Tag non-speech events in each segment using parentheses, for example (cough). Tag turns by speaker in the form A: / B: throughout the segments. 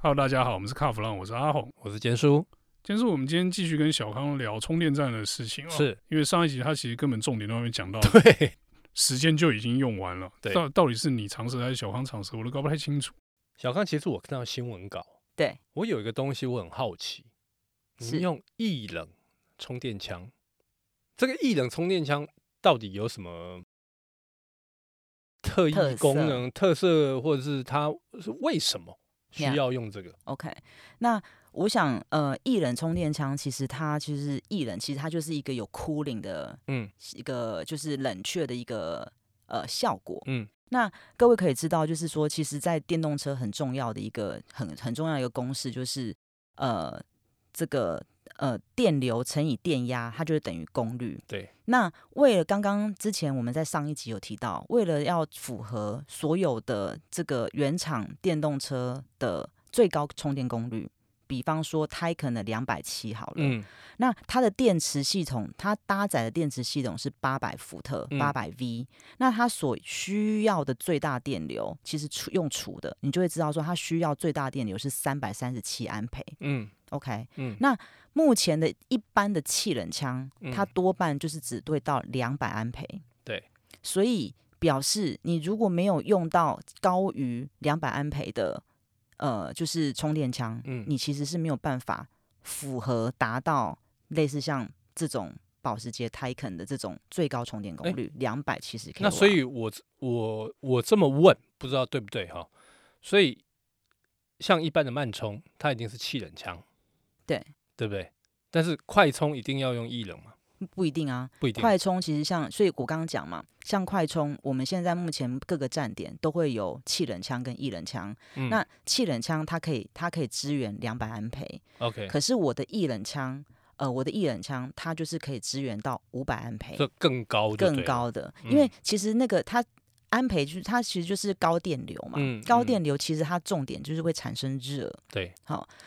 A: Hello，大家好，我们是卡弗浪，我是阿红。
B: 我是坚叔，
A: 今天是我们今天继续跟小康聊充电站的事情哦，
B: 是
A: 因为上一集他其实根本重点都还没
B: (laughs)
A: 讲到，
B: 对，
A: 时间就已经用完了。
B: 对
A: 到到底是你常识还是小康常识，我都搞不太清楚。
B: 小康，其实我看到新闻稿，
C: 对
B: 我有一个东西我很好奇，你们
C: 是
B: 用液冷充电枪，这个液冷充电枪到底有什么特
C: 特
B: 异
C: 色
B: 功能、特色，或者是它是为什么需
C: Yeah
B: 要用这个？
C: OK，那我想，呃，液冷充电枪其实它其实液冷，其实它就是一个有 cooling 的
B: 嗯
C: 一个就是冷却的一个呃效果。
B: 嗯，
C: 那各位可以知道，就是说，其实，在电动车很重要的一个很很重要的一个公式，就是呃，这个呃电流乘以电压，它就是等于功率。
B: 对。
C: 那为了刚刚之前我们在上一集有提到，为了要符合所有的这个原厂电动车的最高充电功率，比方说 Taycan 的两百七好了，
B: 嗯
C: 那它的电池系统，它搭载的电池系统是八百伏特，
B: 嗯
C: 八百 V。那它所需要的最大电流，其实除用除的，你就会知道说它需要最大电流是三百三十七安培。
B: 嗯
C: OK，
B: 嗯
C: 那目前的一般的气冷枪，
B: 嗯
C: 它多半就是只对到两百安培。
B: 对，
C: 所以表示你如果没有用到高于两百安培的，呃，就是充电枪，
B: 嗯
C: 你其实是没有办法符合达到类似像这种保时捷 Taycan 的这种最高充电功率两百七十 k。
B: 那所以我我我这么问，不知道对不对哈？所以像一般的慢充，它一定是气冷枪，
C: 对
B: 对不对？但是快充一定要用液冷嘛？
C: 不一定啊，
B: 不一定。
C: 快充其实像，所以我刚刚讲嘛，像快充，我们现在目前各个站点都会有气冷枪跟液冷枪。
B: 嗯
C: 那气冷枪它可以它可以支援两百安培，
B: OK，
C: 可是我的液冷枪，呃，我的液冷枪它就是可以支援到五百安培，
B: 这更高就对了
C: 更。高的，
B: 嗯
C: 因为其实那个它。安培就是它，其实就是高电流嘛。
B: 嗯嗯
C: 高电流其实它重点就是会产生热，
B: 对，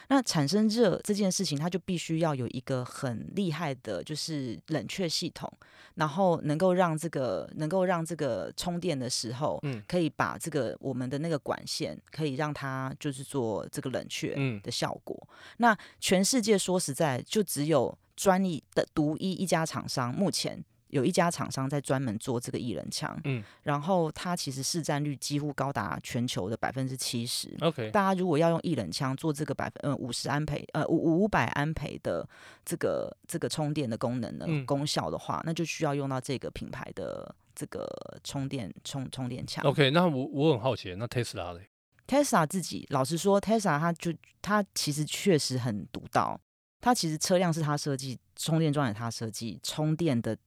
C: 那产生热这件事情，它就必须要有一个很厉害的，就是冷却系统，然后能够让这个能够让这个充电的时候，
B: 嗯
C: 可以把这个我们的那个管线，可以让它就是做这个冷却
B: 嗯
C: 的效果。那全世界说实在，就只有专一的独一一家厂商，目前。有一家厂商在专门做这个艺人枪，
B: 嗯，
C: 然后它其实市占率几乎高达全球的百分之七十，
B: ，OK，
C: 大家如果要用一冷枪做这个百分呃五十安培呃五五百安培的这个这个充电的功能呢、
B: 嗯
C: 功效的话，那就需要用到这个品牌的这个充电充充电枪。
B: OK，那我我很好奇，那 Tesla 嘞？
C: Tesla 自己老实说，Tesla 它就它其实确实很独到，它其实车辆是它设计，充电桩也它设计，充电的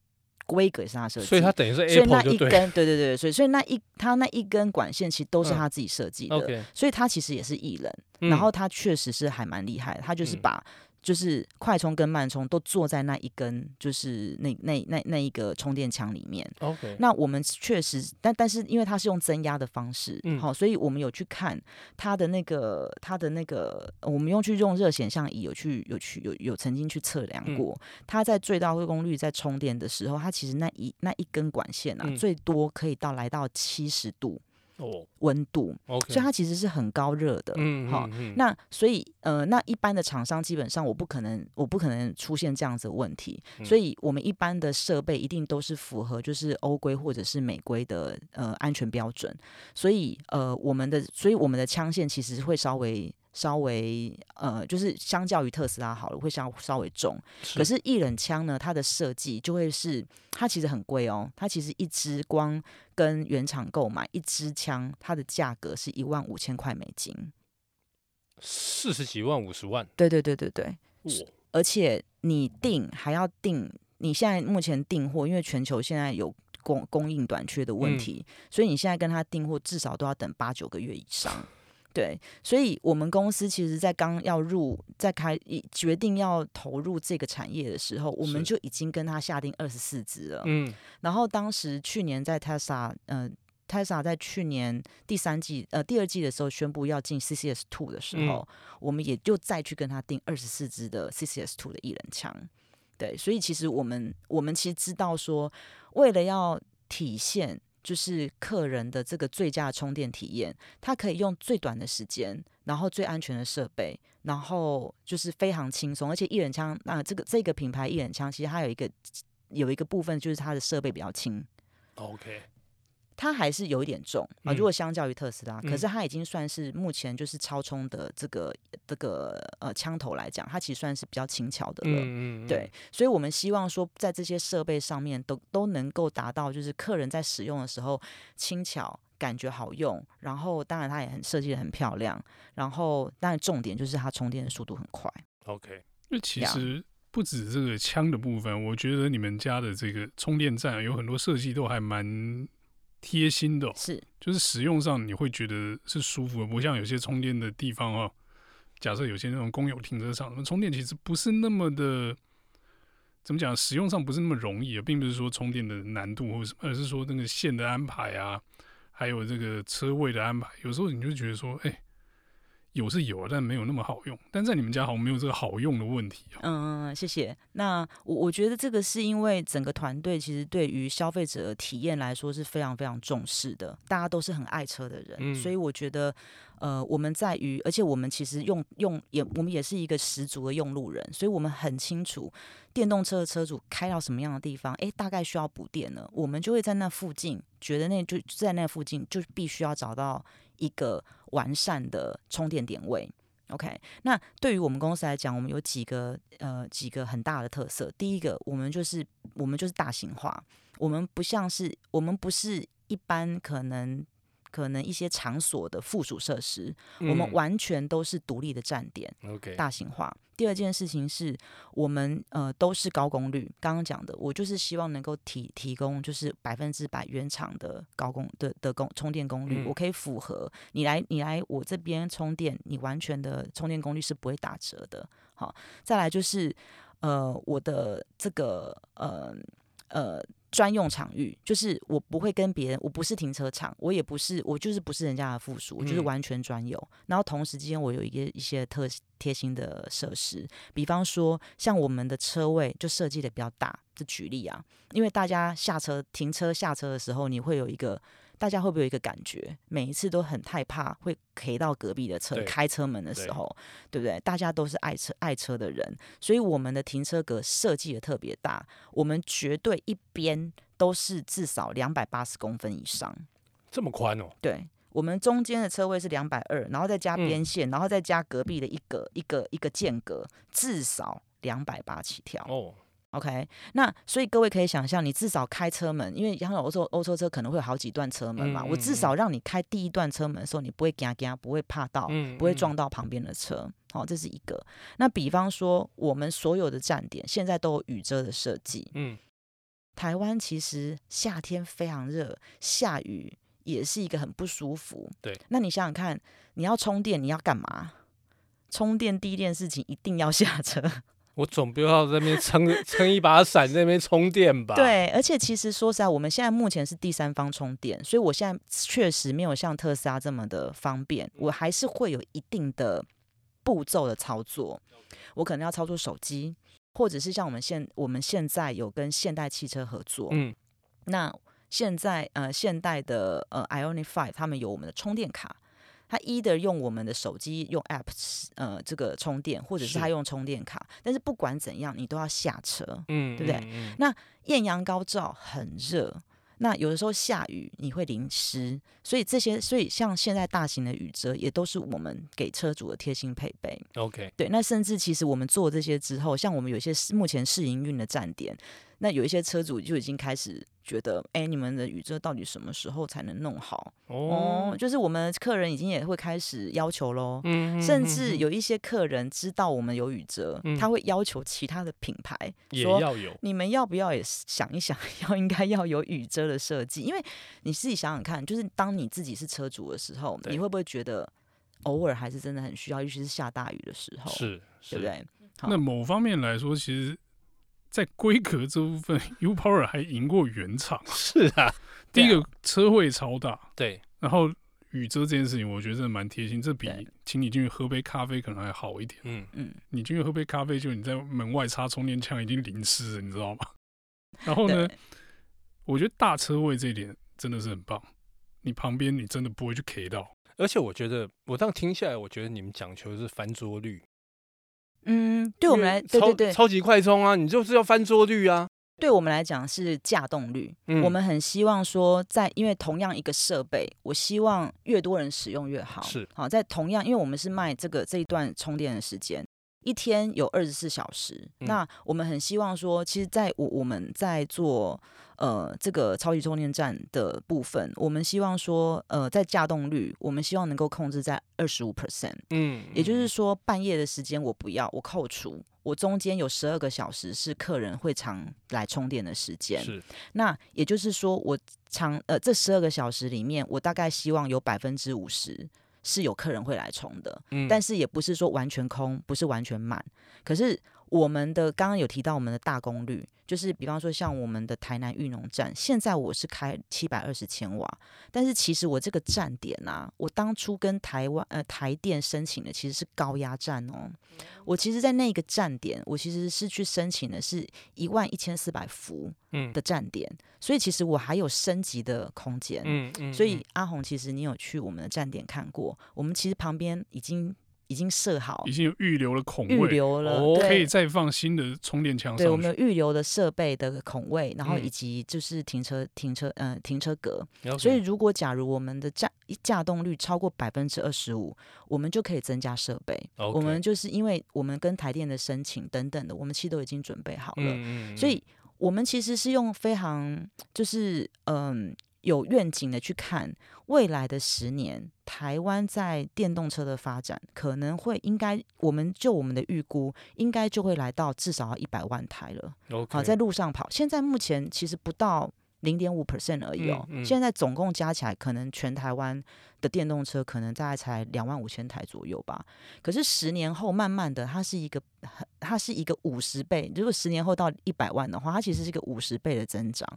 C: 规格也是它设计，
B: 所以它等于是
C: 所以那
B: Apple
C: 一
B: 就
C: 根
B: (laughs) 对
C: 对对对，所以所以那一它那一根管线其实都是
B: 嗯
C: 它自己设计的。
B: ，OK，
C: 所以它其实也是艺人，
B: 嗯
C: 然后他确实是还蛮厉害的，他就是
B: 嗯
C: 把就是快充跟慢充都做在那一根就是那那那那一个充电枪里面。
B: 嗯 OK，
C: 那我们确实，但但是因为它是用增压的方式，
B: 嗯
C: 好、所以我们有去看它的那个它的那个，我们用去用热显像仪有去有去有有曾经去测量
B: 嗯
C: 过，它在最大功率在充电的时候，它其实那一那一根管线啊，
B: 嗯
C: 最多可以到来到七十度
B: 哦
C: 温度，
B: ，OK，
C: 所以它其实是很高热的。
B: 嗯
C: 好
B: 嗯嗯
C: 那所以呃，那一般的厂商基本上我不可能，我不可能出现这样子的问题，
B: 嗯
C: 所以我们一般的设备一定都是符合就是欧规或者是美规的呃安全标准，所以呃我们的所以我们的枪线其实会稍微。稍微呃，就是相较于特斯拉好了，会稍稍微重。可是一冷枪呢，它的设计就会是它其实很贵哦，它其实一支光跟原厂购买一支枪，它的价格是一万五千块美金。
B: 四十几万、五十万，
C: 对对对对对，
B: 哇
C: 而且你订还要订，你现在目前订货，因为全球现在有供供应短缺的问
B: 嗯
C: 题，所以你现在跟他订货至少都要等八九个月以上。对，所以我们公司其实，在刚要入，在开一决定要投入这个产业的时候，我们
B: 是
C: 就已经跟他下定二十四支了。
B: 嗯
C: 然后当时去年在 Tesla，呃，Tesla 在去年第三季呃第二季的时候宣布要进 CCS Two 的时候，我们也就再去跟他订二十四支的 CCS Two 的一人枪。对，所以其实我们我们其实知道说，为了要体现就是客人的这个最佳的充电体验，它可以用最短的时间，然后最安全的设备，然后就是非常轻松，而且一人枪，那、这个这个品牌一人枪，其实它有一个有一个部分就是它的设备比较轻，
B: OK，
C: 它还是有一点重啊。
B: 嗯
C: 如果相较于特斯拉，
B: 嗯
C: 可是它已经算是目前就是超充的这个这个呃枪头来讲，它其实算是比较轻巧的了。
B: 嗯嗯，嗯
C: 呃对，，所以我们希望说，在这些设备上面都都能够达到，就是客人在使用的时候轻巧，感觉好用，然后当然它也很设计的很漂亮，然后当然重点就是它充电的速度很快。
B: OK，
A: 那其
C: 呀
A: 实不止这个枪的部分，我觉得你们家的这个充电站有很多设计都还蛮贴心的哦、
C: 是，
A: 就是使用上你会觉得是舒服的，不像有些充电的地方哦。假设有些那种公有停车场，那么充电其实不是那么的，怎么讲？使用上不是那么容易，啊并不是说充电的难度或者什么，而是说那个线的安排啊，还有这个车位的安排，有时候你就觉得说，哎、有是有，啊但没有那么好用。但在你们家好像没有这个好用的问题、哦。
C: 嗯，谢谢。那我我觉得这个是因为整个团队其实对于消费者的体验来说是非常非常重视的，大家都是很爱车的人，
B: 嗯
C: 所以我觉得，呃，我们在于，而且我们其实用用也，我们也是一个十足的用路人，所以我们很清楚电动车的车主开到什么样的地方，诶，大概需要补电了，我们就会在那附近，觉得那就在那附近就必须要找到一个完善的充电点位。OK，那对于我们公司来讲，我们有几个呃几个很大的特色。第一个，我们就是我们就是大型化，我们不像是我们不是一般可能可能一些场所的附属设施，我们
B: 嗯
C: 完全都是独立的站点。
B: OK，
C: 大型化。第二件事情是我们呃都是高功率，刚刚讲的，我就是希望能够提提供就是百分之百原厂的高功的的功充电功率，
B: 嗯
C: 我可以符合你来你来我这边充电，你完全的充电功率是不会打折的。好，再来就是呃我的这个呃呃。专用场域就是我不会跟别人，我不是停车场，我也不是，我就是不是人家的附属，我就是
B: 嗯
C: 完全专有。然后同时之间，我有一个一些特贴心的设施，比方说像我们的车位就设计的比较大，这举例啊，因为大家下车停车下车的时候，你会有一个。大家会不会有一个感觉？每一次都很害怕会 K 到隔壁的车，
B: 对
C: 开车门的时候，对不对？大家都是爱车爱车的人，所以我们的停车格设计的特别大，我们绝对一边都是至少两百八十公分以上。
B: 这么宽哦，
C: 对，我们中间的车位是两百二，然后再加
B: 嗯
C: 边线，然后再加隔壁的一个一个一个间隔，至少两百八起跳。
B: 哦，
C: OK，那所以各位可以想象，你至少开车门，因为像欧洲欧洲车可能会有好几段车门嘛，
B: 嗯
C: 我
B: 嗯
C: 至少让你开第一段车门的时候，你不会嘎嘎，不会怕到，
B: 嗯，
C: 不会
B: 嗯
C: 撞到旁边的车。好，这是一个。那比方说，我们所有的站点现在都有雨遮的设计，
B: 嗯，
C: 台湾其实夏天非常热，下雨也是一个很不舒服。
B: 对，
C: 那你想想看，你要充电，你要干嘛？充电第一件事情一定要下车。
B: 我总不要在那边撑撑一把伞在那边充电吧？，
C: 对，而且其实说实在，我们现在目前是第三方充电，所以我现在确实没有像特斯拉这么的方便，我
B: 嗯
C: 还是会有一定的步骤的操作，我可能要操作手机，或者是像我们现我们现在有跟现代汽车合作，
B: 嗯
C: 那现在呃，现代的呃 Ionic Five 他们有我们的充电卡，它 either 用我们的手机用 App 呃这个充电，或者是
B: 是
C: 它用充电卡。但是不管怎样，你都要下车。
B: 嗯，
C: 对不对
B: 嗯？
C: 艳阳高照，很热。那有的时候下雨，你会淋湿，所以这些，所以像现在大型的雨遮也都是我们给车主的贴心配备。
B: 嗯 OK，
C: 对，那甚至其实我们做这些之后，像我们有一些试目前试营运的站点，那有一些车主就已经开始觉得，哎，你们的雨遮到底什么时候才能弄好？
B: 哦，
C: 哦，就是我们客人已经也会开始要求喽。
B: 嗯，嗯
C: 甚
B: 嗯
C: 至
B: 嗯
C: 有一些客人知道我们有雨遮，
B: 嗯
C: 他会要求其他的品牌
B: 也
C: 说
B: 要有，
C: 你们要不要也 (laughs) 想一想，要应该要有雨遮的设计？因为你自己想想看，就是当你自己是车主的时候，
B: 对
C: 你会不会觉得偶尔还是真的很需要，尤其是下大雨的时候，
B: 是，
C: 对
B: 是
C: 不？对？好
A: 那某方面来说，其实，在规格这部分 (laughs) ，U Power 还赢过原厂。
B: 是啊，
A: 第一
C: 对啊
A: 个车位超大，
B: 对，
A: 然后雨遮这件事情，我觉得真的蛮贴心，这比
C: 对
A: 请你进去喝杯咖啡可能还好一点。
B: 嗯，
C: 嗯，
A: 你进去喝杯咖啡，就你在门外插充电 (laughs) 枪已经淋湿了，你知道吗？然后呢
C: 对，，
A: 我觉得大车位这一点，真的是很棒。你旁边你真的不会去 K 到，
B: 而且我觉得，我这样听下来，我觉得你们讲求的是翻桌率。
C: 嗯，对我们来，
B: 因为
C: 对
B: 超
C: 对对，
B: 超级快充啊，你就是要翻桌率啊。
C: 对我们来讲是架动率。
B: 嗯
C: 我们很希望说在，因为同样一个设备，我希望越多人使用越好。
B: 是
C: 好，在同样，因为我们是卖这个这一段充电的时间，一天有二十四小时。
B: 嗯
C: 那我们很希望说，其实在我我们在做呃这个超级充电站的部分，我们希望说呃在架动率，我们希望能够控制在二十五 percent。
B: 嗯，
C: 也就是
B: 嗯
C: 说，半夜的时间我不要，我扣除，我中间有十二个小时是客人会常来充电的时间。
B: 是
C: 那也就是说，我常呃这十二个小时里面，我大概希望有百分之五十是有客人会来充的，
B: 嗯
C: 但是也不是说完全空，不是完全满。可是我们的刚刚有提到我们的大功率，就是比方说像我们的台南玉农站，现在我是开七百二十千瓦，但是其实我这个站点啊，我当初跟台湾呃台电申请的其实是高压站哦。我其实，在那个站点，我其实是去申请的是一万一千四百伏
B: 嗯
C: 的站点，所以其实我还有升级的空间。
B: 嗯嗯，
C: 所以阿红，其实你有去我们的站点看过，我们其实旁边已经已经设好
A: 已经有预留了孔
C: 预
A: 位，
C: 留了，
B: 哦
C: 对
A: 可以再放新的充电枪
C: 对，我
A: 上
C: 们
A: 去。
C: 有预留的设备的孔位，然后
B: 嗯
C: 以及就是停车、停车呃停车格。
B: 嗯
C: 所以，
B: 了解
C: 如果假如我们的架一架动率超过百分之二十五，我们就可以增加设备。
B: OK
C: 我们就是因为我们跟台电的申请等等的，我们其实都已经准备好了。
B: 嗯嗯，
C: 所以我们其实是用非常就是嗯有愿景的去看未来的十年，台湾在电动车的发展可能会应该，我们就我们的预估，应该就会来到至少要一百万台了。
B: OK
C: 好，在路上跑，现在目前其实不到。零点五 percent 而已哦，
B: 嗯嗯
C: 现在总共加起来，可能全台湾的电动车可能大概才两万五千台左右吧。可是十年后，慢慢的，它是一个它是一个五十倍，如果十年后到一百万的话，它其实是一个五十倍的增长。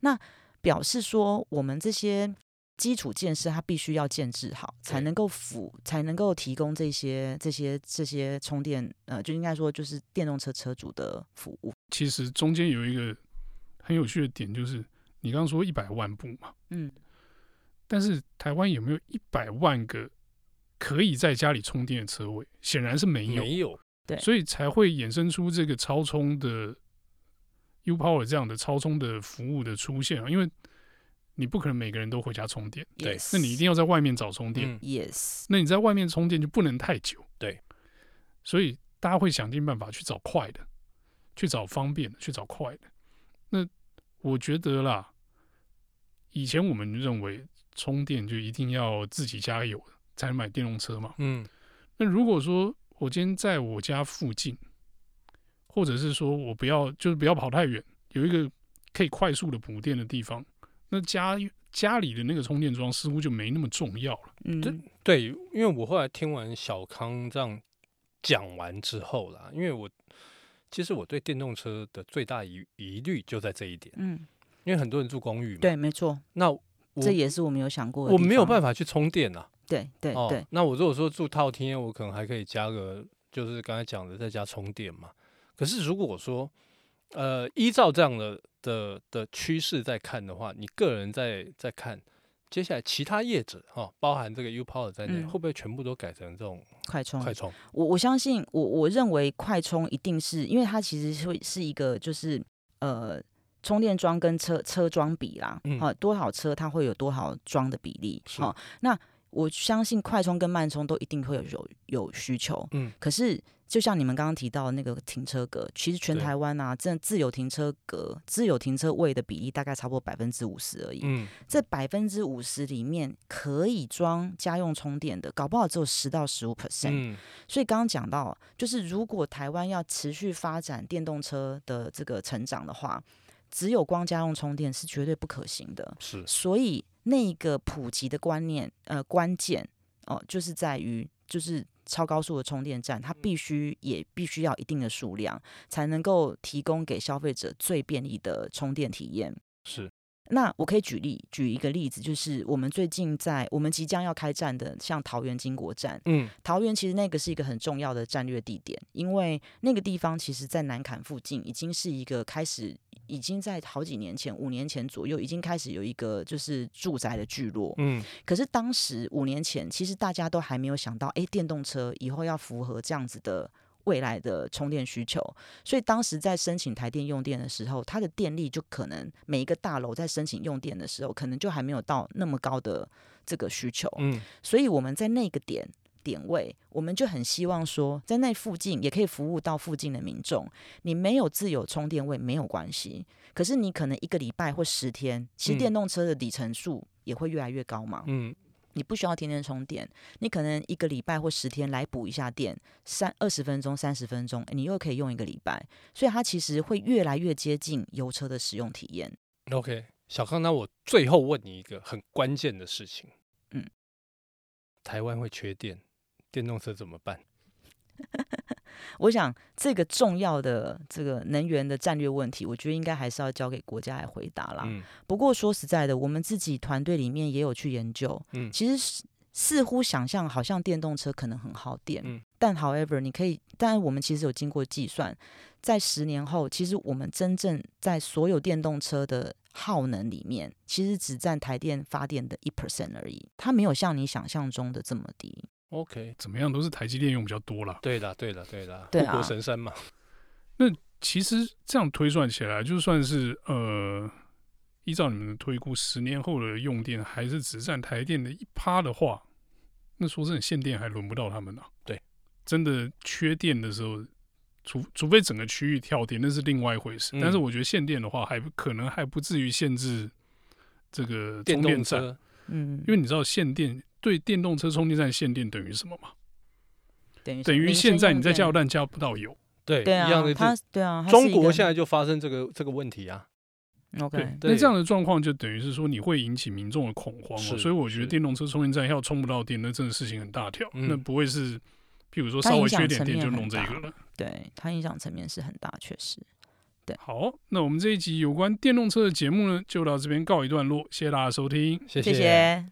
C: 那表示说，我们这些基础建设它必须要建制好，才
B: 对
C: 能够辅，才能够提供这些这些这些充电，呃，就应该说就是电动车车主的服务。
A: 其实中间有一个很有趣的点，就是你刚刚说一百万步嘛，
C: 嗯，
A: 但是台湾有没有一百万个可以在家里充电的车位？显然是没有，
B: 没有
C: 对
A: 所以才会衍生出这个超充的 U Power 这样的超充的服务的出现啊，因为你不可能每个人都回家充电，
B: 对
C: yes,
A: 那你一定要在外面找充电，
B: 嗯
C: yes，
A: 那你在外面充电就不能太久，
B: 对，
A: 所以大家会想尽办法去找快的，去找方便的，去找快的。那我觉得啦，以前我们认为充电就一定要自己加油才能买电动车嘛，
B: 嗯
A: 那如果说我今天在我家附近，或者是说我不要就是不要跑太远，有一个可以快速的补电的地方，那家家里的那个充电桩似乎就没那么重要了。
B: 对
C: 嗯，
B: 对，因为我后来听完小康这样讲完之后啦，因为我其实我对电动车的最大疑疑虑就在这一点，
C: 嗯，
B: 因为很多人住公寓嘛，
C: 对，没错，
B: 那我
C: 这也是我们有想过的。
B: 我没有办
C: 法，
B: 法去充电啊。
C: 对对
B: 哦
C: 对，，
B: 那我如果说住套厅，我可能还可以加个，就是刚才讲的在家充电嘛。可是如果说，呃，依照这样的的的趋势在看的话，你个人在在看，接下来其他业者哈、哦，包含这个 U Power 在内，
C: 嗯
B: 会不会全部都改成这种
C: 快充，
B: 快充？
C: 我我相信，我我认为快充一定是因为它其实是会是一个就是呃充电桩跟车车桩比啦，
B: 嗯
C: 好、多少车它会有多少桩的比例，
B: 是
C: 好、那我相信快充跟慢充都一定会有有有需求，
B: 嗯，
C: 可是就像你们刚刚提到的那个停车格，其实全
B: 对
C: 台湾啊，真的自由停车格、自由停车位的比例大概差不多百分之五十而已，
B: 嗯，
C: 这百分之五十里面可以装家用充电的，搞不好只有十到十五 percent，
B: 嗯，
C: 所以刚刚讲到，就是如果台湾要持续发展电动车的这个成长的话，只有光家用充电是绝对不可行的。
B: 是
C: 所以那一个普及的观念，呃，关键哦、就是在于就是。超高速的充电站，它必须也必须要一定的数量，才能够提供给消费者最便利的充电体验。
B: 是，
C: 那我可以举例举一个例子，就是我们最近在我们即将要开站的，像桃园经国站，
B: 嗯
C: 桃园其实那个是一个很重要的战略地点，因为那个地方其实在南坎附近已经是一个开始已经在好几年前，五年前左右已经开始有一个就是住宅的聚落。
B: 嗯，
C: 可是当时五年前，其实大家都还没有想到，诶，电动车以后要符合这样子的未来的充电需求，所以当时在申请台电用电的时候，它的电力就可能每一个大楼在申请用电的时候，可能就还没有到那么高的这个需求。
B: 嗯，
C: 所以我们在那个点点位，我们就很希望说，在那附近也可以服务到附近的民众。你没有自有充电位没有关系，可是你可能一个礼拜或十天，其
B: 嗯
C: 实电动车的里程数也会越来越高嘛。
B: 嗯，
C: 你不需要天天充电，你可能一个礼拜或十天来补一下电，三二十分钟、三十分钟，诶你又可以用一个礼拜，所以它其实会越来越接近油车的使用体验。
B: OK，小康，那我最后问你一个很关键的事情。
C: 嗯，
B: 台湾会缺电，电动车怎么办？
C: 我想这个重要的这个能源的战略问题，我觉得应该还是要交给国家来回答啦。
B: 嗯
C: 不过说实在的，我们自己团队里面也有去研究，
B: 嗯
C: 其实是似乎想象好像电动车可能很耗电，
B: 嗯
C: 但 however 你可以，但我们其实有经过计算，在十年后，其实我们真正在所有电动车的耗能里面，其实只占台电发电的一 percent 而已，它没有像你想象中的这么低。
B: ，OK，
A: 怎么样都是台积电用比较多啦。
B: 对啦，对啦，对啦，
C: 对
B: 护国
C: 啊
B: 神山嘛。
A: 其实这样推算起来，就算是呃，依照你们的推估，十年后的用电还是只占台电的一趴的话，那说真的，限电还轮不到他们呢、啊
B: 对，
A: 真的缺电的时候，除除非整个区域跳电，那是另外一回事。
B: 嗯
A: 但是我觉得限电的话，还不可能还不至于限制这个
B: 电
A: 充电
B: 动
A: 站，
B: 车，
C: 嗯，
A: 因为你知道限电对电动车充电站限电等于什么吗？
C: 等于
A: 等于
C: 民
A: 现
C: 生
A: 在
C: 用
A: 你在加油
C: 电
A: 站加不到油。
B: 对，
C: 对啊
B: 一样的，。
C: 它对啊，它是
B: 中
C: 一
B: 国
C: 个
B: 现在就发生这个这个问题啊。
C: OK
B: 对
A: 那这样的状况就等于是说你会引起民众的恐慌、
B: 是
A: 哦，所以我觉
B: 是
A: 得电动车充电站要充不到电，那真的事情很大条，
B: 嗯
A: 那不会是，譬如说
C: 它
A: 稍微
C: 影响
A: 缺点
C: 层
A: 电就
C: 面
A: 弄
C: 很
A: 这
C: 大
A: 个了。
C: 对它影响层面是很大，确实。
A: 好，那我们这一集有关电动车的节目呢，就到这边告一段落，谢谢大家收听。
B: 谢
C: 谢谢